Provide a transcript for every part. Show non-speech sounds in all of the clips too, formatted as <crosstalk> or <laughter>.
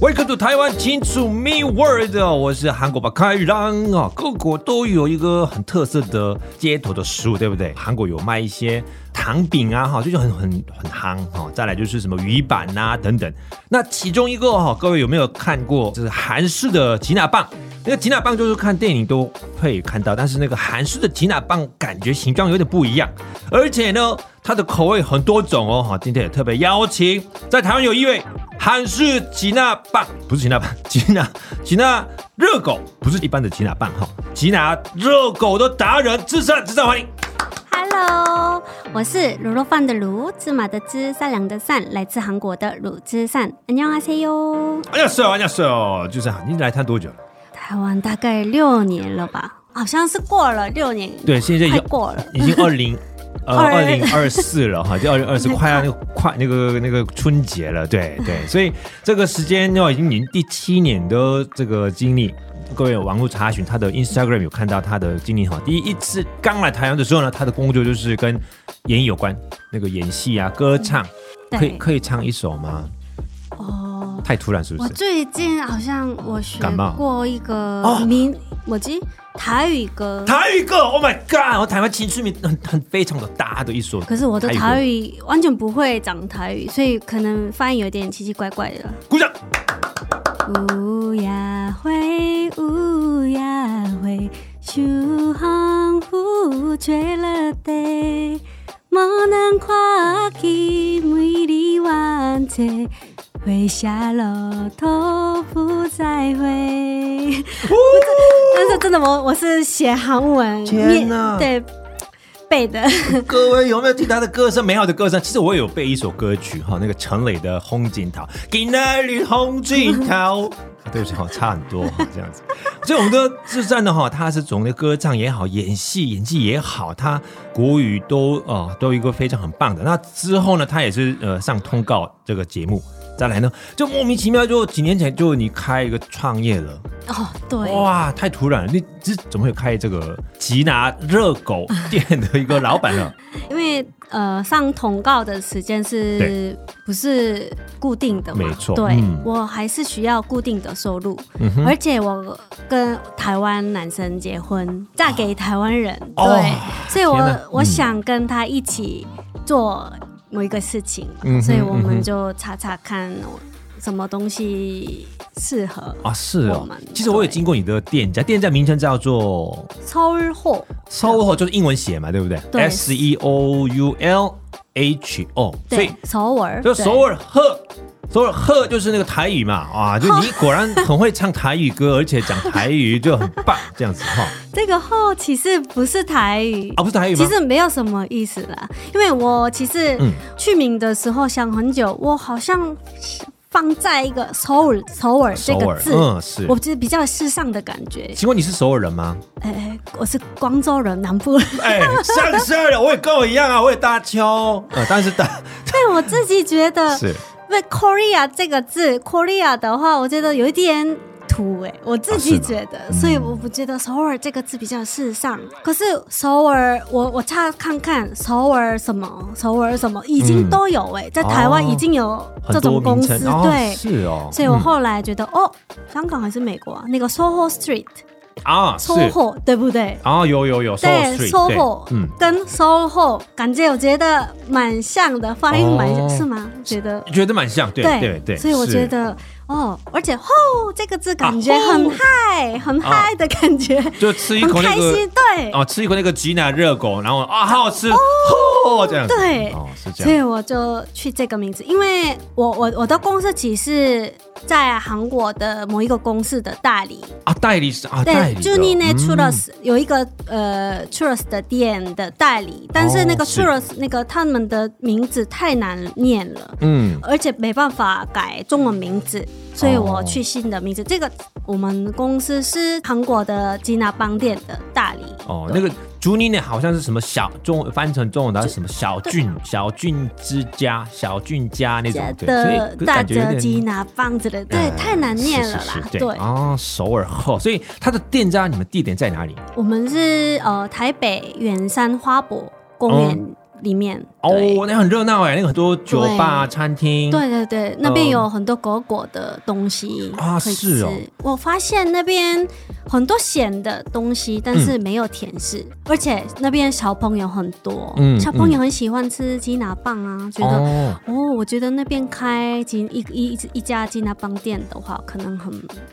Welcome to 台湾清楚 Me World，我是韩国巴开朗啊。各国都有一个很特色的街头的食物，对不对？韩国有卖一些糖饼啊，哈，就是很很很夯哈。再来就是什么鱼板呐、等等。那其中一个哈，各位有没有看过？就是韩式的吉拿棒。那个吉拿棒就是看电影都会看到，但是那个韩式的吉拿棒感觉形状有点不一样，而且呢，它的口味很多种哦。哈，今天也特别邀请在台湾有一位韩式吉拿棒，不是吉拿棒，吉拿吉拿热狗，不是一般的吉拿棒哈，吉拿热狗的达人，至上至上欢迎。 Hello，我是卤肉饭的卤，芝麻的芝，善良的善，来自韩国的鲁之善。안녕하세요，哎呀是哦，哎呀是哦，就是啊，你来台多久了？台湾大概六年了吧，好像是过了六年，对，现在已快经过了。已经二零。呃，二二零二四了哈，就二零二四快要那个快那个那个春节了，对 <laughs> 对，所以这个时间呢，已经您第七年的这个经历，各位有网络查询他的 Instagram 有看到他的经历哈。第一次刚来台湾的时候呢，他的工作就是跟演艺有关，那个演戏啊、歌唱，可以对，可以唱一首吗？哦，太突然是不我是？最近好像我学感冒过一个哦民，我记台语歌，台语歌，Oh my God！我台湾青春名很很非常的大的一首，可是我的歌台语完全不会讲台语，所以可能发音有点奇奇怪怪的。鼓掌。有呀会，有呀会，秋风雨吹落地，无能看见美丽原貌，会写路途不再回。但是真的，我我是写韩文，天哪念对，背的。 <laughs> 各位有没有听他的歌声？美好的歌声。其实我也有背一首歌曲哈，那个陈磊的《红锦桃》，给那里红锦桃。 <laughs> 啊对不起哈，差很多哈，这样子。所以我们的志战呢哈，他是从那歌唱也好，演戏演技也好，他国语都呃都有一个非常很棒的。那之后呢，他也是呃上通告这个节目。再来呢，就莫名其妙就几年前就你开一个创业了，哦，对，哇，太突然了！你这怎么会开这个吉拿热狗 <laughs> 店的一个老板了？因为呃，上通告的时间对是不是固定的嘛？没错对、嗯我还是需要固定的收入，嗯哼而且我跟台湾男生结婚，嫁给台湾人，哦对，所以我天哪我嗯想跟他一起做某一个事情嘛，嗯哼所以我嗯哼们就查查看什么东西适合啊，是我哦们。其实我也对经过你的店家，店家名称叫做超日货， SOHO，就是英文写嘛，对不对对？S E O U L H O，所以对，首尔，就对首尔赫，首尔赫就是那个台语嘛，哇，就你果然很会唱台语歌，而且讲台语就很棒，这样子 <laughs> 哈。这个后其实不是台语啊，不是台语吗其？实没有什么意思啦，因为我其实嗯去名的时候想很久，我好像放在一个首尔首尔这首个尔，字，嗯，是我。觉得比较时尚的感觉。请问你是首尔人吗？ <laughs> 哎、哎我是广州人，南部人， <laughs> 哎，上十二了，我也跟我一样啊，我也搭桥，呃，但 <laughs> 是搭但我自己觉得，是因为 Korea 这个字，Korea 的话，我觉得有一点。土哎、我自己啊是觉得，所以我不觉得首尔这个字比较时尚。可是首尔，我我查看看首尔什么，首尔什么已经嗯都有哎、在台湾哦已经有这很多种公名司、称，哦对。是哦。所以我嗯后来觉得，哦，香港还是美国啊，那个 SOHO Street，啊是 SOHO 对不对？啊，有有有，Soul 对 Street， ，SOHO 嗯，跟 SOHO 感觉我觉得蛮像的，发音蛮像、哦是吗？觉得觉得蛮像，对对对，所以我是觉得哦，而且“吼”这个字感觉啊吼很嗨、很啊嗨的感觉，就吃一很口那开个心，对。哦，吃一口那个吉拿热狗，然后啊，好好吃，哦，这样子，对哦，是这所样，以我就去这个名字，因为我我我的公司其实在韩国的某一个公司的大理，啊，代理是啊，代对理的， j u n i n e 嗯 Churros 有一个呃 Churros 的店的代理，但是那个哦是 Churros 那个他们的名字太难念了，嗯，而且没办法改中文名哦字，所以我去新的名字。这个我们公司是韩国的吉拿邦店的大理。哦，那对个 j u n i n e 好像是什么小中翻成中文的什么小俊小俊之家小俊家那种，对，所的以大感觉有泽点吉拿棒之类的，对呃，太难念是了是啦是。对对，哦，首尔后，所以它的店家你们地点在哪里？我们是呃台北圆山花博公园里面。对哦，那很热闹哎，那个很多酒吧、啊餐厅，对对对，那边嗯有很多狗狗的东西啊可以是哦吃我发现那边很多咸的东西，但是没有甜食，而且那边小朋友很多，嗯小朋友很喜欢吃鸡拿棒啊，觉得。哦，哦，我觉得那边开鸡一一一一家鸡拿棒店的话，可能很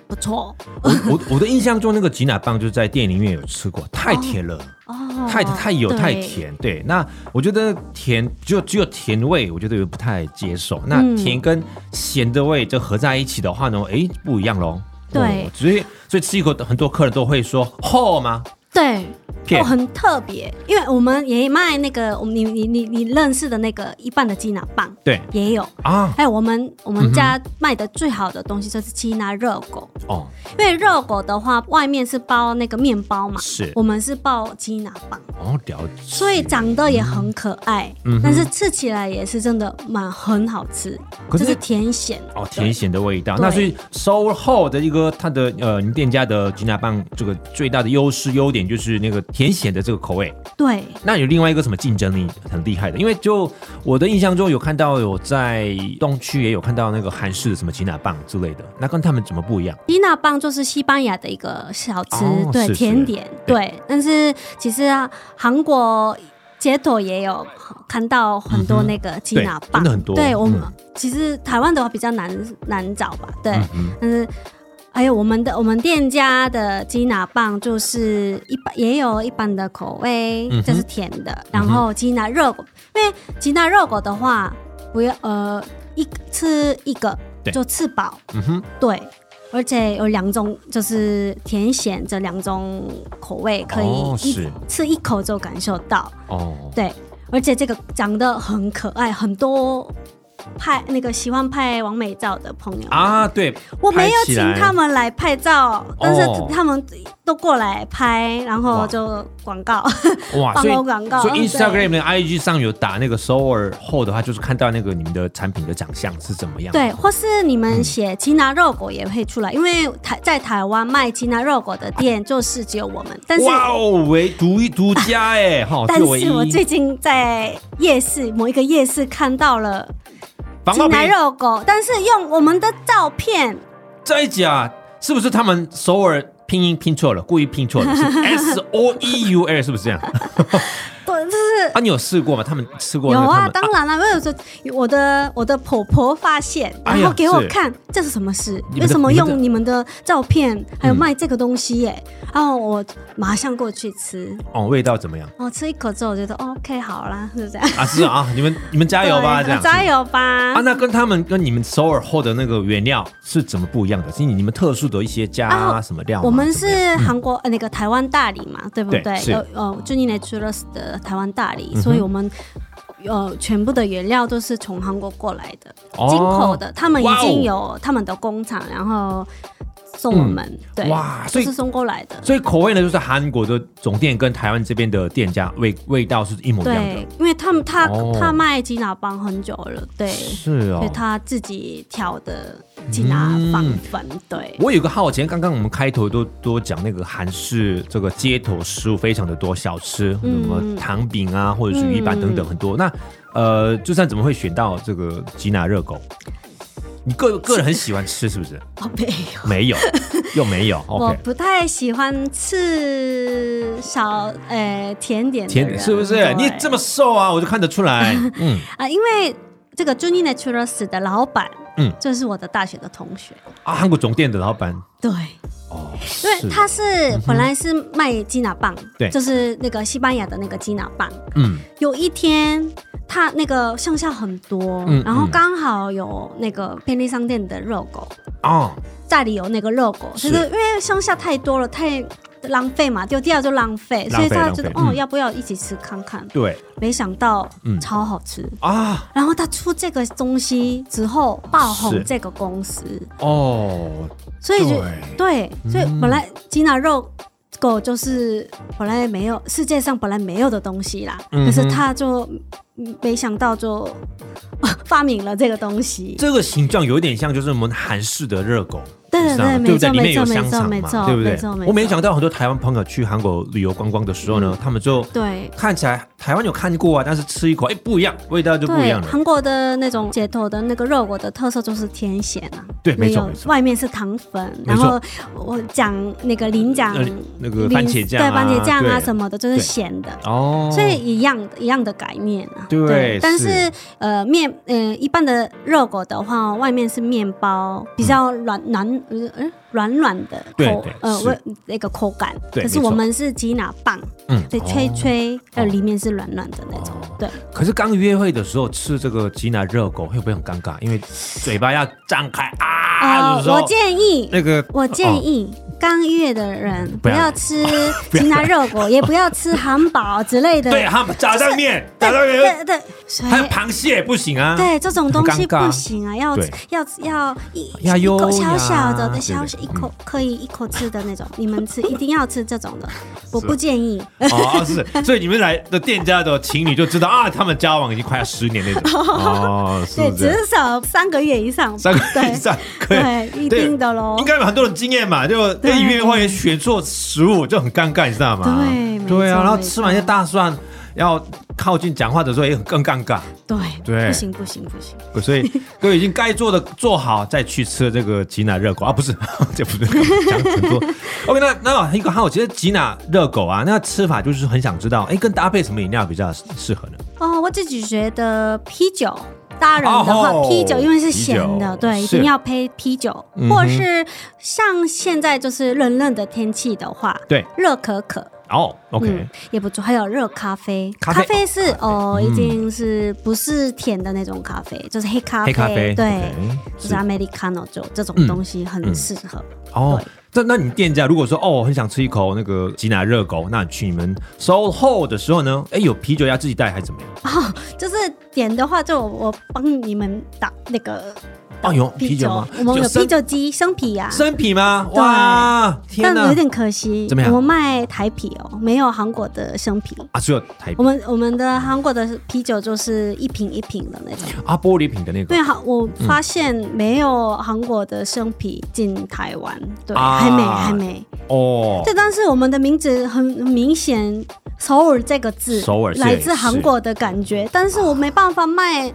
不错我我我的印象中那个吉拿棒就在店里面有吃过，太甜了，哦。太太油对太，甜。对，那我觉得甜就只有甜味，我觉得有点不太接受。那嗯甜跟咸的味就合在一起的话呢，哎，不一样喽。对哦所以所以吃一口，很多客人都会说“吼”吗？对，骗哦，很特别，因为我们也卖那个，我们你你你你认识的那个一半的鸡拿棒对也有，啊，还哎有我们我们家卖的最好的东西就是鸡拿热狗，哦，因为热狗的话外面是包那个面包嘛，是我们是包鸡拿棒，哦，了解。所以长得也很可爱，嗯哼但是吃起来也是真的蛮很好吃，可就是是甜咸哦，甜咸的味道。对那所以收后的一个它的呃，你店家的吉拿棒这个最大的优势优点就是那个甜咸的这个口味。对那有另外一个什么竞争力很厉害的？因为就我的印象中有看到有在东区也有看到那个韩式的什么吉拿棒之类的，那跟他们怎么不一样？吉拿棒就是西班牙的一个小吃，哦对是是甜点，对对。但是其实啊，韩国街头也有看到很多那个吉拿嗯对真棒，的很多对我们、嗯其实台湾的话比较难难找吧，对。嗯嗯，但是还有我们的我们店家的鸡拿棒就是一般也有一般的口味，嗯哼这是甜的。然后鸡拿热狗，因为鸡拿热狗的话，不要呃一吃一个对就吃饱，嗯哼，对。而且有两种，就是甜咸这两种口味，可以哦一、是吃一口就感受到。哦，对，而且这个长得很可爱，很多拍那个喜欢拍完美照的朋友啊，对，我没有拍起请来他们来拍照，但是哦他们都过来拍，然后就广告。哇，帮所我广以告所以对 Instagram 的 IG 上有打那个首尔后的话，就是看到那个你们的产品的长相是怎么样。 <laughs> 对，或是你们写鸡拿肉果也会出来，因为台在台湾卖鸡拿肉果的店就是只有我们，但是。哇哦，唯独一独家哎，哈，但是唯一是我最近在夜市某一个夜市看到了防鸡爆拿品肉狗，但是用我们的照片，真假？啊是不是他们首尔拼音拼错了，故意拼错了？是 S O E U L 是不是这样？对，就是啊，你有试过吗？他们吃过有那个他啊，们当然了，我有时候我的我的婆婆发现，哎呀然后给我是看这是什么事，你们的为什么你们用的你们的照片，还有嗯卖这个东西耶？然后我马上过去吃，啊哦，味道怎么样？我吃一口之后，我觉得哦 OK 好啦，就这样。啊，是啊，你 <laughs> 们你们加油吧，对这样子加油吧！啊！那跟他们跟你们首尔后的那个原料是怎么不一样的？是你们特殊的一些加啊什么料吗？我们怎么样嗯是韩国、呃那个台湾大理嘛，对不对对？是嗯呃呃，最近来去了的台湾大理，哼所以我们。呃，全部的原料都是从韩国过来的，哦进口的。他们已哇哦嗯经有他们的工厂，然后送我们，对，哇所就以是送过来的。所以口味呢，就是韩国的总店跟台湾这边的店家味味道是一模一样的对，，因为他们他、哦他卖吉拿棒很久了，对，是所以哦。他自己调的吉拿棒嗯粉，对，我有个好奇，刚刚我们开头都都讲那个韩式这个街头食物非常的多，小吃什嗯么糖饼啊，或者是鱼板等等嗯很多。那呃，就算怎么会选到这个吉拿热狗？你个个人很喜欢吃是不 <laughs> 是？宝贝。没有，又没 <laughs> 有。我 OK，不太喜欢吃少呃甜点的甜人点是不是？对你这么瘦啊，我就看得出来。 <laughs> 嗯，啊？因为这个 Juni Naturals 的老板，嗯嗯，就是我的大学的同学，啊，韩国总店的老板对，哦，因是嗯为他是本来是卖鸡拿棒，对就是那个西班牙的那个鸡拿棒。嗯有一天，他那个上下很多，嗯然后嗯刚好有那个便利商店的热狗，哦，家里有那个热狗，是就是因为乡下太多了，太浪费嘛，丢掉就浪费，所以他觉得浪费哦，嗯要不要一起吃看看？对没想到嗯超好吃。啊，然后他出这个东西之后爆是红这个公司，哦，所以就对，所以本嗯来吉拿肉狗就是本来没有世界上本来没有的东西啦，嗯哼可是他就嗯没想到就发明了这个东西。这个形状有点像，就是我们韩式的热狗，对晚上，对对不对？对里面没错有香肠没嘛错没，错对不对没错嗯没？错我没想到很多台湾朋友去韩国旅游观光的时候呢，他们就对看起来台湾有看过啊，但是吃一口，哎，不一样，味道就不一对，样了。韩国的那种街头的那个肉果的特色就是甜咸啊，对没错有没错外面是糖粉，没然错后我讲那个淋酱呃，那个番茄酱啊对番茄酱啊对什么的，就是对咸的。哦，所以一样的一样的概念啊，对但是是呃面呃一般的热狗的话，外面是面包，比较软软呃呃软软的嗯对口对呃是味那个口感，对可是没错我们是吉拿棒，嗯对，吹吹，呃哦里面是软软的那种，对，可是刚约会的时候吃这个吉拿热狗会不会很尴尬？因为嘴巴要张开啊，呃有时候我建议那个哦我建议刚越的人不不要要吃 <laughs> 吉拿热狗，也不要吃汉堡之类 <laughs> 的。对，汉堡炸酱面，炸酱面，对对，所以还有螃蟹不行啊。对这种东西很尴尬不行啊，要对要要一要一优口雅小小的，对嗯对小小对一口可以一口吃的那种，你们吃一定要吃这种的，我不建议。 <laughs> 哦，是，所以你们来的店家的情侣就知道啊，他们交往已经快要十年 <laughs> 那种。哦，是对，这样至少三个月以上，三个月以对上可以。对，一定的喽应。该有很多人经验嘛，就对一约会选错食物就很尴尬，你知道吗？对没对啊，错然后没吃完一些错大蒜，要靠近讲话的时候也很更尴尬。对 <laughs> 对不行不行不行，所 <laughs> 以各位已经该做的做好，再去吃这个吉拿热狗啊，不是， <laughs> 这不是讲很 <laughs> 多。OK，那那一个好奇的吉拿热狗啊，那吃法就是很想知道，哎，跟搭配什么饮料比较适合呢？哦，我自己觉得啤酒，大人的话、哦啤酒因为是咸啤的，酒对，一是定要配啤酒，嗯哼或是像现在就是冷冷的天气的话，对，热可可。哦，OK，、嗯，也不错。还有热咖啡，咖啡嗯是哦，已经是不是甜的那种咖啡，就是黑咖啡，黑咖啡，对 OK，就是是 Americano 就这种嗯东西很适合。哦。那那你店家如果说哦，很想吃一口那个吉拿热狗，那你去你们 SOHO 的时候呢，哎，有啤酒要自己带还是怎么样？嗯就是点的话，就我我帮你们打那个哦，有啤酒吗？我们有生啤酒机生啤呀、生啤吗？哇，天但哪有！点可惜，怎么样我们卖台啤哦，没有韩国的生啤。啊，只有台我们我们的韩国的啤酒就是一瓶一瓶的那种。啊玻璃瓶的那个对，好，我发现没有韩国的生啤进台湾，对，啊还没还没。哦，对，但是我们的名字很明显，首尔这个字，首尔是来自韩国的感觉，但是我没办法卖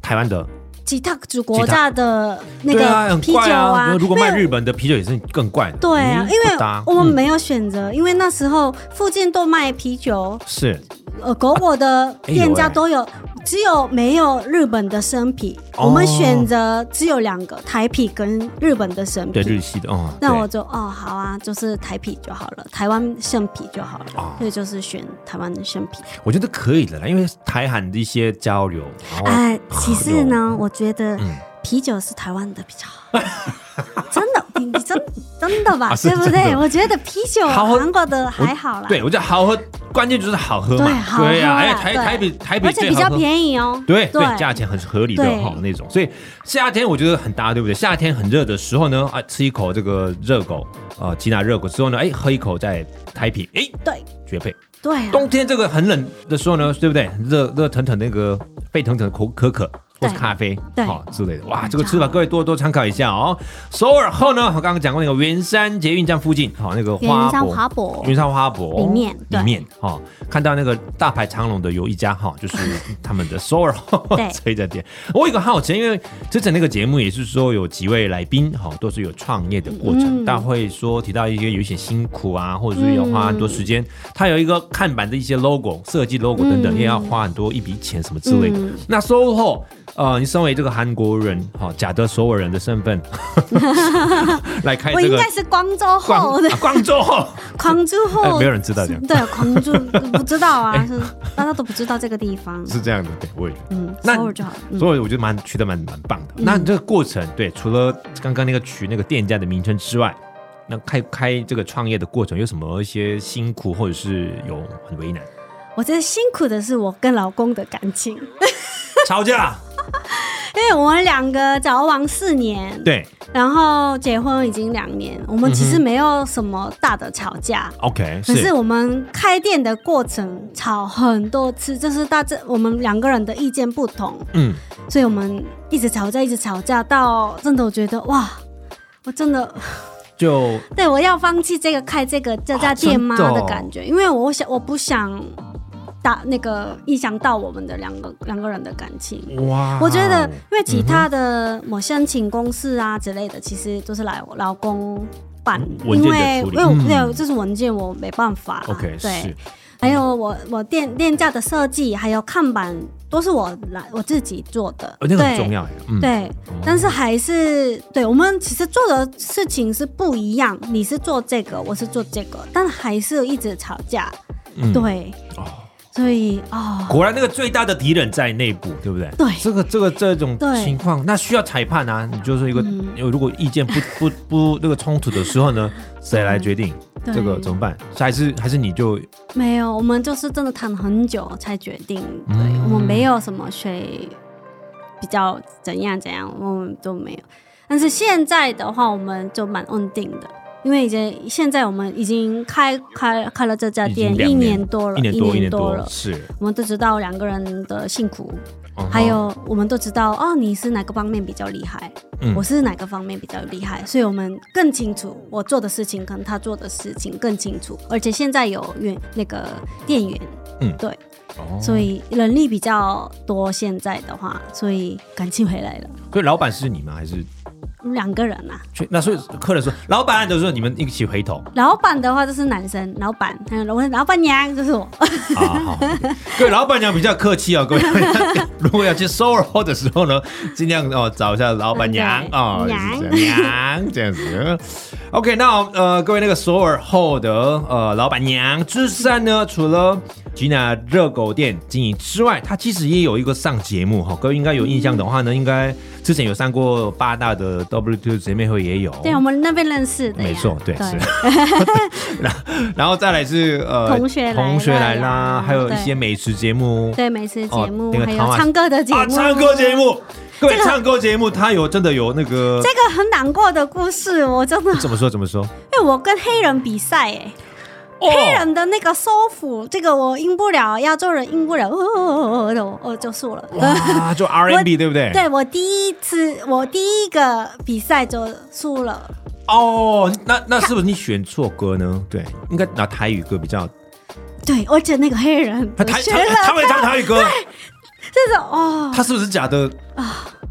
台湾的其他主国家的那对啊，个很啤酒怪啊。如果卖没有日本的啤酒也是更怪的。对啊嗯，因不搭为我嗯们没有选择，因为那时候附近都卖啤酒，是呃，狗果的哎店家都有，只有没有日本的生啤。哦我们选择只有两个，台啤跟日本的生对日啤。系的哦。嗯那对我就哦好啊，就是台啤就好了，台湾生啤就好了，哦所以就是选台湾的生啤。我觉得可以的啦，因为台韩的一些交流，然后哎、其实呢，我觉得哦嗯啤酒是台湾的比较好。 <laughs> 真的，你你真真的吧，啊是对不真对？的我觉得啤酒啊好喝韩国的还好啦，对我觉得好喝，关键就是好喝嘛对，好喝呀，啦哎台对台北台北而且最比较好喝。便宜哦。对对对，价钱很合理的对哈、那种，所以夏天我觉得很搭，对不对？夏天很热的时候呢，啊，吃一口这个热狗，呃，吉拿热狗之后呢，哎，喝一口在台啤，哎，对绝配。对啊，冬天这个很冷的时候呢，对不对？热热腾腾那个沸腾腾的可可可或对是咖啡，对好、之类的。哇，嗯这个吃法好各位多多参考一下哦。首尔后呢，我刚刚讲过那个圆山捷运站附近，好、那个花原山华博。博云山花博里面里对面哈、哦，看到那个大排长龙的有一家哈、就是 <laughs> 他们的首尔对这一家店。我有个好奇，因为之前那个节目也是说有几位来宾哈、都是有创业的过程，嗯但会说提到一些有一些辛苦啊，或者是要花很多时间。它有一个看板的一些 logo 设计 logo 等等，嗯也要花很多一笔钱什么之类的。嗯那售后。呃，你身为这个韩国人，哈、假的首尔人的身 <laughs> 份 <laughs> 来开我哎这应个该是光州后广的啊广州后， <laughs> 狂州哎后，没有人知道这样哎对，狂州不知 <laughs> 道啊，是大家都不知道这个地方。是这样的，对，我也觉得。嗯，那首尔就好了。嗯所以我觉得蛮取得蛮蛮棒的。那这个过程，对，除了刚刚那个取那个店家的名称之外，那开开这个创业的过程有什么一些辛苦，或者是有很 <laughs> 为难？我觉得辛苦的是我跟老公的感情， <laughs> 因吵架，为我们两个交往四年，对然后结婚已经两年，我们其实没有什么大的吵架。 ，OK，可是嗯是我们开店的过程吵很多次，就是大致我们两个人的意见不同，嗯，所以我们一直吵架，一直吵架，到真的我觉得哇，我真的就对我要放弃这个开这个这家店妈真的的哦感觉，因为我想我不想打那个影响到我们的两个两个人的感情。哇，哦我觉得，因为其他的我申请公司啊之类的，其实都是来我老公办，文因件为的处因理为我嗯对这是文件我没办法啦。 OK 对是，还有我我店店架的设计，还有看板都是我来我自己做的，呃那个很对重要哎，嗯，对，但是还是对我们其实做的事情是不一样，你是做这个，我是做这个，但还是一直吵架。嗯，对，所以哦，果然那个最大的敌人在内部，对不对？对这个这个这种对嗯情况，那需要裁判啊，你就是一个，如果意见不 <laughs> 不不那个冲突的时候呢，谁来决定对这个怎么办？还是还是你就没有，我们就是真的谈很久才决定。对，嗯我们没有什么谁比较怎样怎样，我们都没有。但是现在的话，我们就蛮稳定的，因为已经现在我们已经开开开了这家已店经两一年多了，一年多一年多多了，是，我们都知道两个人的辛苦，嗯还有我们都知道哦，你是哪个方面比较厉害，嗯我是哪个方面比较厉害，所以我们更清楚我做的事情跟他做的事情更清楚，而且现在有员那个店员，嗯对，哦所以人力比较多，现在的话，所以感情回来了，所以老板是你吗？还是两个人啊，去那所以客人说，老板的时候你们一起回头老板的话就是男生，老板，还有老老板娘就是我，啊，好， <laughs> 各位老板娘比较客气哦，各位， <laughs> 如果要去收肉的时候呢，尽量哦找一下老板娘嗯对哦，娘就是这样娘这样子。OK，那呃，各位那个首尔后的呃老板娘之善呢，除了吉娜热狗店经营之外，她其实也有一个上节目哈、各位应该有印象的话呢，应该之前有上过八大的 W2 姐妹会也有，对我啊们那边认识的呀，没错，对对是。 <laughs> 然然后再来是呃同学来同学来啦啦，还有一对些美食节目，对美食节哦目，那个还有台湾唱歌的节目，啊，唱歌节目，各位这个唱歌节目，它有真的有那个这个很难过的故事，我真的，怎么说怎么说？因为我跟黑人比赛、哎、黑人的那个收腹，这个我赢不了，亚洲人赢不了，哦哦哦哦哦，哦就输了。哇，就 R N B 对不对？对我第一次，我第一个比赛就输了，哦，那那是不是你选错歌呢？对，应该拿台语歌比较，对，而且那个黑人他我台学他他了会唱台语歌，这种哦，他是不是假的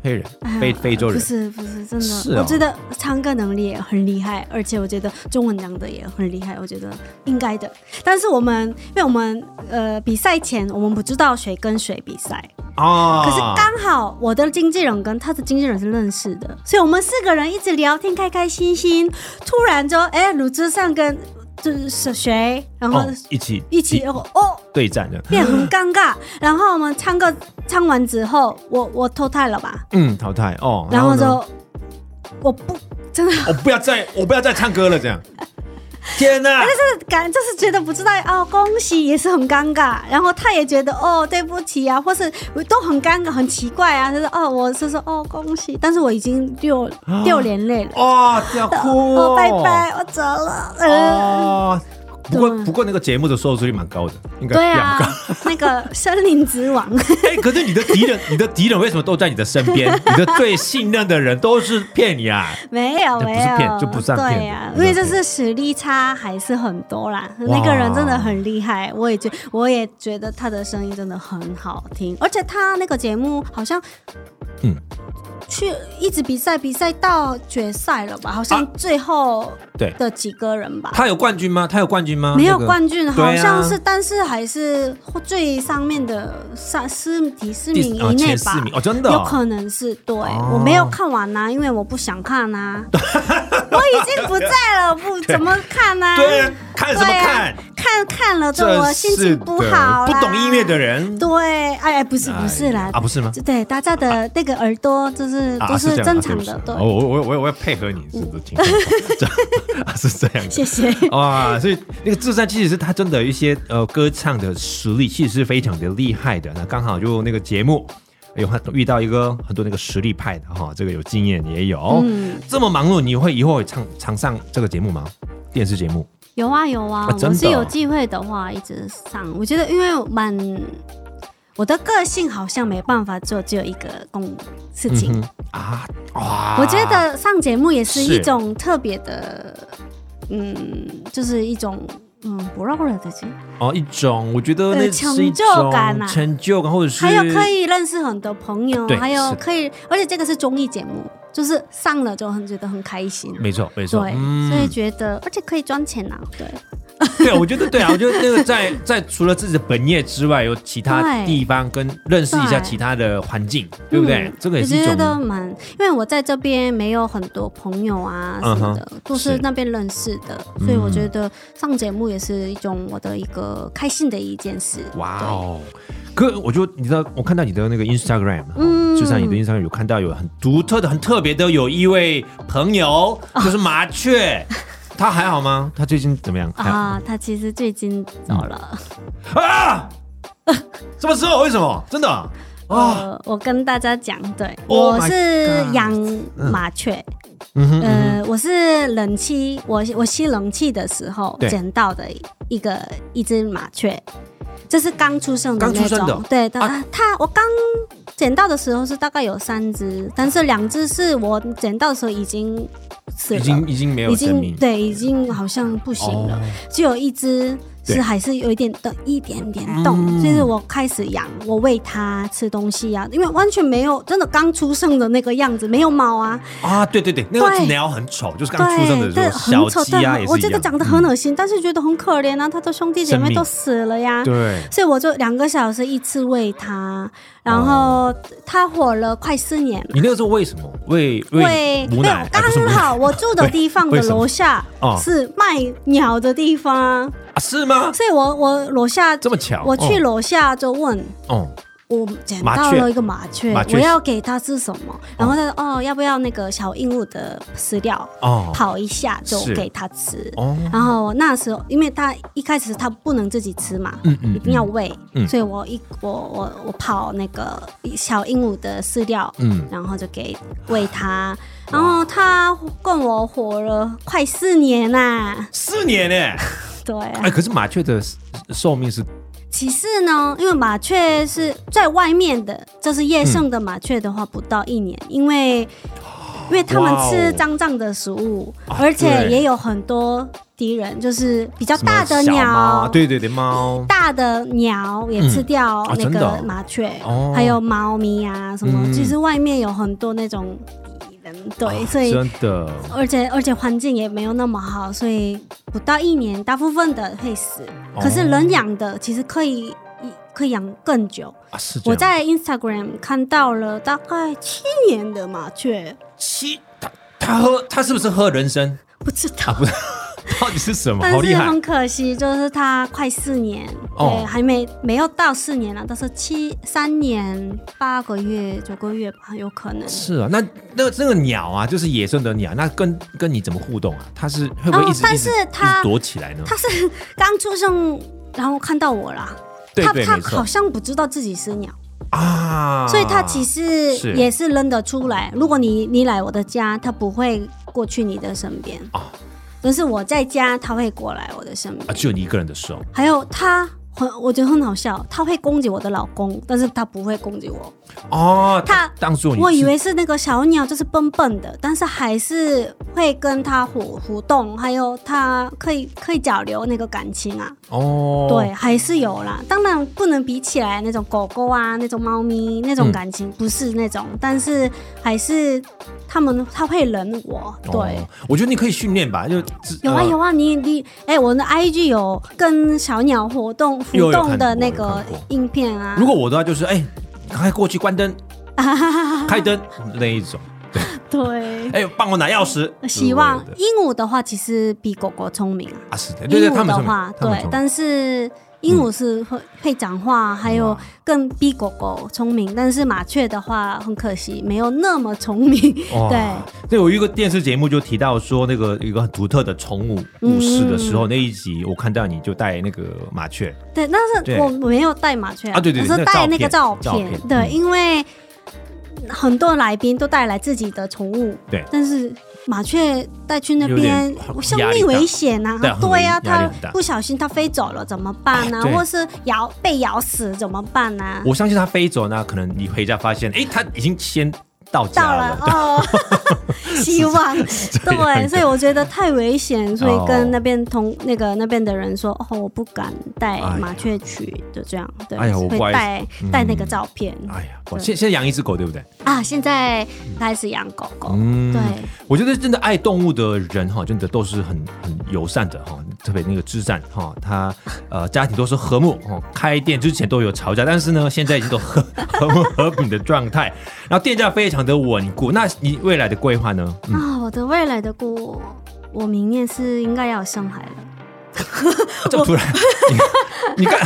黑人哎呀非非洲人不？是不是真的，是哦我觉得唱歌能力也很厉害，而且我觉得中文讲的也很厉害，我觉得应该的。但是我们因为我们呃比赛前我们不知道谁跟谁比赛，啊，可是刚好我的经纪人跟他的经纪人是认识的，所以我们四个人一直聊天，开开心心。突然就，哎、鲁智善跟就是谁，然后哦一起一起，然后哦，对战的，变很尴尬。然后我们唱歌唱完之后，我我脱胎了吧，嗯，淘汰哦，然后呢就我不真的 <laughs> 我不要再，我不要再唱歌了，这样。天哪！感哎就是觉得不知道哦，恭喜也是很尴尬，然后他也觉得哦对不起啊，或是都很尴尬很奇怪啊，就是哦我是说哦恭喜，但是我已经六六连累了，哇，这样哭哦哦！拜拜，我走了， <laughs> 呃，哦。不过对不过那个节目的收视率蛮高的，应该对蛮啊高。， <laughs> 那个森林之 <laughs> 王， <laughs> 哎，可是你的敌人，你的敌人为什么都在你的身边？你的最信任的人都是骗你啊！没这有不是没有，骗这不算骗对呀、这不算因为就是实力差还是很多啦，那个人真的很厉害，我也觉我也觉得他的声音真的很好听，而且他那个节目好像，嗯，去一直比赛比赛到决赛了吧，好像啊最后对的几个人吧。他有冠军吗？他有冠军吗？没有那个冠军，对啊好像是，但是还是最上面的三四第四第名哦以内前吧四，名哦，真的有哦可能是对、哦我没有看完呐、因为我不想看 <laughs> 呐、我已经不在了，不怎么看呐、对啊，看什么对啊看？看看了对啊这我心是情的不好啦，不懂音乐的人对，哎，不是不是啦哎，啊，不是吗？对，大家的那个耳朵就是啊都这样正啊常对的，不起对哦，我我我我要配合你，是的，请 <laughs> 这样啊是这样子。谢谢。 <laughs> 哇，所以那个智善其实是他真的有一些呃歌唱的实力，其实是非常的厉害的。那刚好就那个节目。有他遇到一个很多那个实力派的哈，这个有经验也有。嗯这么忙碌，你会以后会唱常上这个节目吗？电视节目？有啊有啊，啊真的我是哦有机会的话一直上。我觉得因为蛮，我的个性好像没办法做只有一个工事情。嗯哼啊哇！我觉得上节目也是是一种特别的，嗯，就是一种嗯不肉了的经历，哦，一种我觉得那呃是一成就种感啊成就感，或者是还有可以认识很多朋友对，还有是可以，而且这个是综艺节目，就是上了就很觉得很开心。没错没错，对，嗯所以觉得，而且可以赚钱啊！对，对，我觉得 <laughs> 对啊，我觉得那个在在除了自己的本业之外，有其他对地方跟认识一下对其他的环境，对不对嗯？这个也是一我觉得种蛮，因为我在这边没有很多朋友啊什么的，都嗯是嗯是那边认识的，所以我觉得上节目也是一种我的一个开心的一件事。哇哦。可我就你知道，我看到你的那个 Instagram，嗯就像你的 Instagram 有看到有很独特的、很特别的，有一位朋 <laughs> 哦友就是麻雀，他还好吗？他最近怎么样？还好啊，他其实最近走了。啊？什么时候？为什么？真的啊？啊呃，我跟大家讲，对 Oh 我 my 是 God 养麻雀，嗯哼，嗯呃，我是冷气，我我吸冷气的时候对捡到的一个一只麻雀，这是刚出生的刚出那生的种，对的，啊啊它我刚。捡到的时候是大概有三只，但是两只是我捡到的时候已经死已了，经已经没有已生经命。对，已经好像不行了，哦只有一只对是还是有一点的一点点动，嗯就是我开始养，我喂它吃东西呀、因为完全没有真的刚出生的那个样子，没有毛啊，啊，对对对，那个对鸟很丑，就是刚出生的对，时对，候，很小丑，鸡对啊也，是我一觉得样。嗯长得很恶心，但是觉得很可怜啊，他的兄弟姐生妹命都死了嗯呀。对，所以我就两个小时一次喂它，然后哦它活了快四年嘛。你那个时候为什么喂喂，母没有奶？啊不是母刚奶好我住的地方喂的什么楼下哦是卖鸟的地方，啊是吗？所以我我楼下这么巧，我去楼下就问。哦，我捡麻到雀了一个麻雀，麻雀我要给它吃什么？然后他说：“哦，要不要那个小鹦鹉的饲料？哦跑一下就是给它吃。哦然后那时候，因为它一开始它不能自己吃嘛，嗯嗯一定要喂，嗯所以我一我我我泡那个小鹦鹉的饲料，嗯然后就给喂它，然后它跟我活了快四年呐、四年呢？对啊、哎，可是麻雀的寿命是其次呢，因为麻雀是在外面的，就是野生的麻雀的话，不到一年，因为因为它们哇哦吃脏脏的食物，啊而且对也有很多敌人，就是比较什么大的小鸟，猫啊，对对对，猫大的鸟也吃掉嗯啊那真的个哦麻雀，哦还有猫咪啊什么。嗯其实外面有很多那种敌人，对，啊所以真的而且而且环境也没有那么好，所以不到一年，大部分的会死。哦可是人养的其实可以一可以养更久。啊是这样。我在 Instagram 看到了大概七年的麻雀，七，它它喝它是不是喝人参？不知道。啊不是，到底是什 <laughs> 么？好但厉是害很可惜，就是它快四年，哦对，还没没有到四年了，但是七三年八个月九个月吧，有可能。是啊，那那那个鸟啊，就是野生的鸟，那跟跟你怎么互动啊？它是会不会哦一直、但一直是一直它躲起来呢？它是刚出生，然后看到我啦。对它对它没错好像不知道自己是鸟。啊，所以它其实是也是认得出来。如果你你来我的家，它不会过去你的身边哦，但是我在家，它会过来我的身啊，边。只有你一个人的时候，还有它很，我觉得很好笑，它会攻击我的老公，但是它不会攻击我。哦，它当做你我以是为是那个小鸟，就是笨笨的，但是还是会跟它互互动，还有它可以可以交流那个感情啊。哦，对，还是有啦。当然不能比起来那种狗狗啊，那种猫咪那种嗯感情，不是那种，但是还是他们他会忍我。对，哦，我觉得你可以训练吧，就有啊呃有啊，你你哎、我的 IG 有跟小鸟活动有有互动看的过那有个看过影片啊。如果我的话就是哎，赶快过去关灯、开灯那一种，对，哎，帮我拿钥匙， <laughs> 希望之类的鹦鹉的话，其实比狗狗聪明啊。啊是的，对鹦对，鹉他们的聪明话，他们聪，对明但是鹦鹉是会、会讲话，还有哇更比狗狗聪明。但是麻雀的话，很可惜没有那么聪明。哇 <laughs> 对，对，我有一个电视节目就提到说，那个一个很独特的宠物故事的时候，那一集我看到你就带那个麻雀，对，但对是我没有带麻雀啊对对对我是带那那个个照照片片。照片对，嗯因为很多来宾都带来自己的宠物，对但是麻雀带去那边有点生压力命大危险呐、对很对呀、危压力它很大不小心它飞走了怎么办呢、对或是咬被咬死怎么办啊呢、我相信它飞走呢，可能你回家发现，哎，它已经先到家到了了。哦， <laughs> 希望这样对，所以我觉得太危险，所以哦跟那边同那个那边的人说，哦，我不敢带哎呀麻雀去，就这样，对，哎呀我会不好意思带带那个照片哎呀，我现现在养一只狗，对不对？啊。现在开始养狗狗，嗯对，我觉得真的爱动物的人哈，真的都是很很友善的哈，特别那个智善哈，他呃家庭都是和睦哦，开店之前都有吵架，但是呢，现在已经都和 <laughs> 和睦和平的状态，然后店家非常的稳固。那你未来的规划呢？嗯，啊，我的未来的故，我明年是应该要生孩了， <laughs> 这么突然， <laughs> 你你看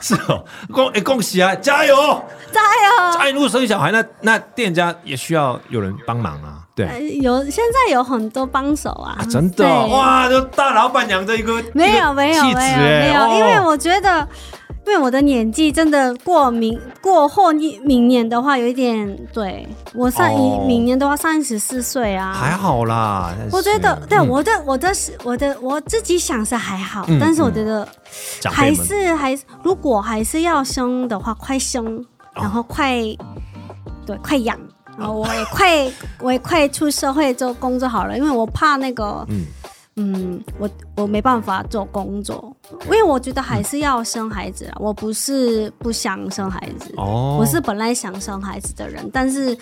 是哦，恭哎恭喜啊，加油！加油！爱如果生小孩，那那店家也需要有人帮忙啊，对。呃有现在有很多帮手啊啊、，真的哦、对哇！就大老板娘的一个没一有个没有气质没有哎没有，因为哦我觉得，因为我的年纪真的过明过后一明年的话有一点，对我上哦一明年的话三十四还岁啊。好啦，我觉得，对但是嗯我的我的是我的我自己想是还好嗯，但是我嗯觉得长辈还们是还是如果还是要生的话，快生，然哦后快对快养，然后我也快 <laughs> 我也快出社会做工作好了，因为我怕那个嗯嗯，我我没办法做工作，因为我觉得还是要生孩子啊。我不是不想生孩子，哦，我是本来想生孩子的人，但是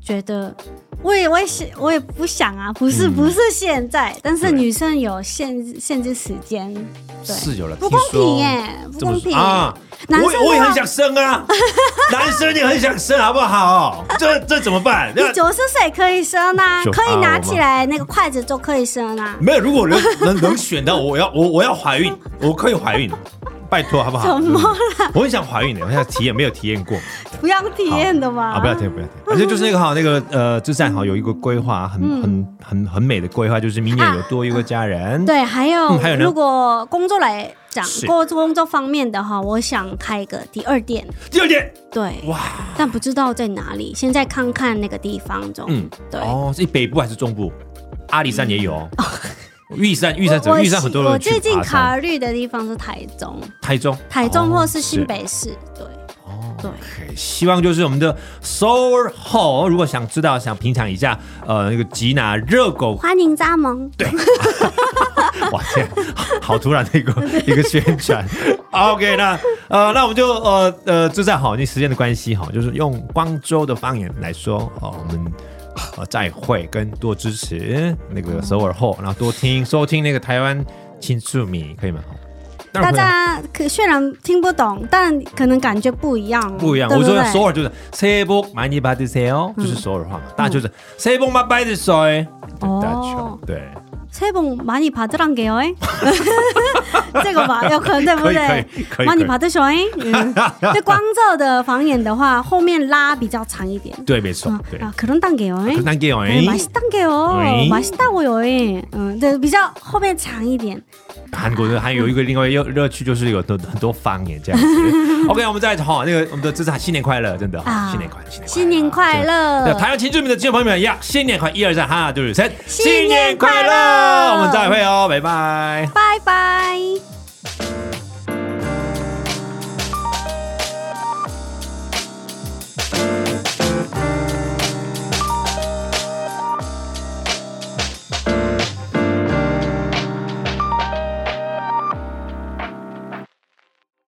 觉得我也我也想我也不想啊，不是、嗯不是现在，但是对女生有限限制时间，对，是有了不公听说平耶，不这么公说平耶啊！男我生也的话我也很想生啊， <laughs> 男生也很想生，好不好？这这怎么 <laughs> 办？你九十岁可以生啊，九可以啊拿我嗯起来那个筷子就可以生啊。没有，如 <laughs> 果能能能选到，我要我我要怀孕，我可以怀孕，拜托好不好？怎么嗯我很想怀孕的，我想体验，没有体验过。不要体验的嘛，啊，不要听，不要听，而且就是那个哈，那个呃，之战哈有一个规划，很、很很很美的规划，就是明年有多一个家人。嗯对，还有，嗯还有呢如果工作来讲是，工作工作方面的哈，我想开一个第二店，第二点，对，哇，但不知道在哪里，现在看看那个地方中，嗯对。哦，是北部还是中部？阿里山也有哦， <laughs> 玉山玉山怎我么？嗯我玉山很多我人去最近爬山。考虑的地方是台中，台中，台中哦或是新。北市，对哦对。 OK，希望就是我们的 Soul Hall，如果想知道、想品尝一下，呃，那个吉拿热狗，欢迎加盟，哇天，好突然的一 <laughs> 个一个宣传。OK，那呃，那我们就呃呃，就这样好，因为时间的关系哈，就是用光州的方言来说，哦、我们。呃，再会，跟多支持那个首尔后，然后多听收听那个台湾青树米，可以吗？好当然大不啊能家可虽然听不懂，但可能感觉不一样，不一样。对我不说对？嗯首尔就是새복많이받으세요，就是首尔话嘛，大家就是새복많이받으세요，对大球哦，对， 새복많이받으란게요 잉 <laughs> 这个吧，有可能对不可以对？可以可以，马可尼以帕特熊哎，嗯那光州的方言的话，后面拉比较长一点。对，没错啊，对。啊，可能当给哦哎可，난 게요,哎， 아, 맛있단게요 哎 맛있다고요 예. 어,哎，嗯，对，比较后面长一点。韩国的还有一个另外一个乐趣就是有很多很多方言这样 <laughs> 子。OK，我们再好、那个我们的资产新年快乐，真的好、啊新年快乐，新年快乐，新年快对，乐！台湾青春民的听众朋友们一样，新年快，一二三，哈，对，三，新年快新年快乐乐我们再会哦，拜拜。拜拜。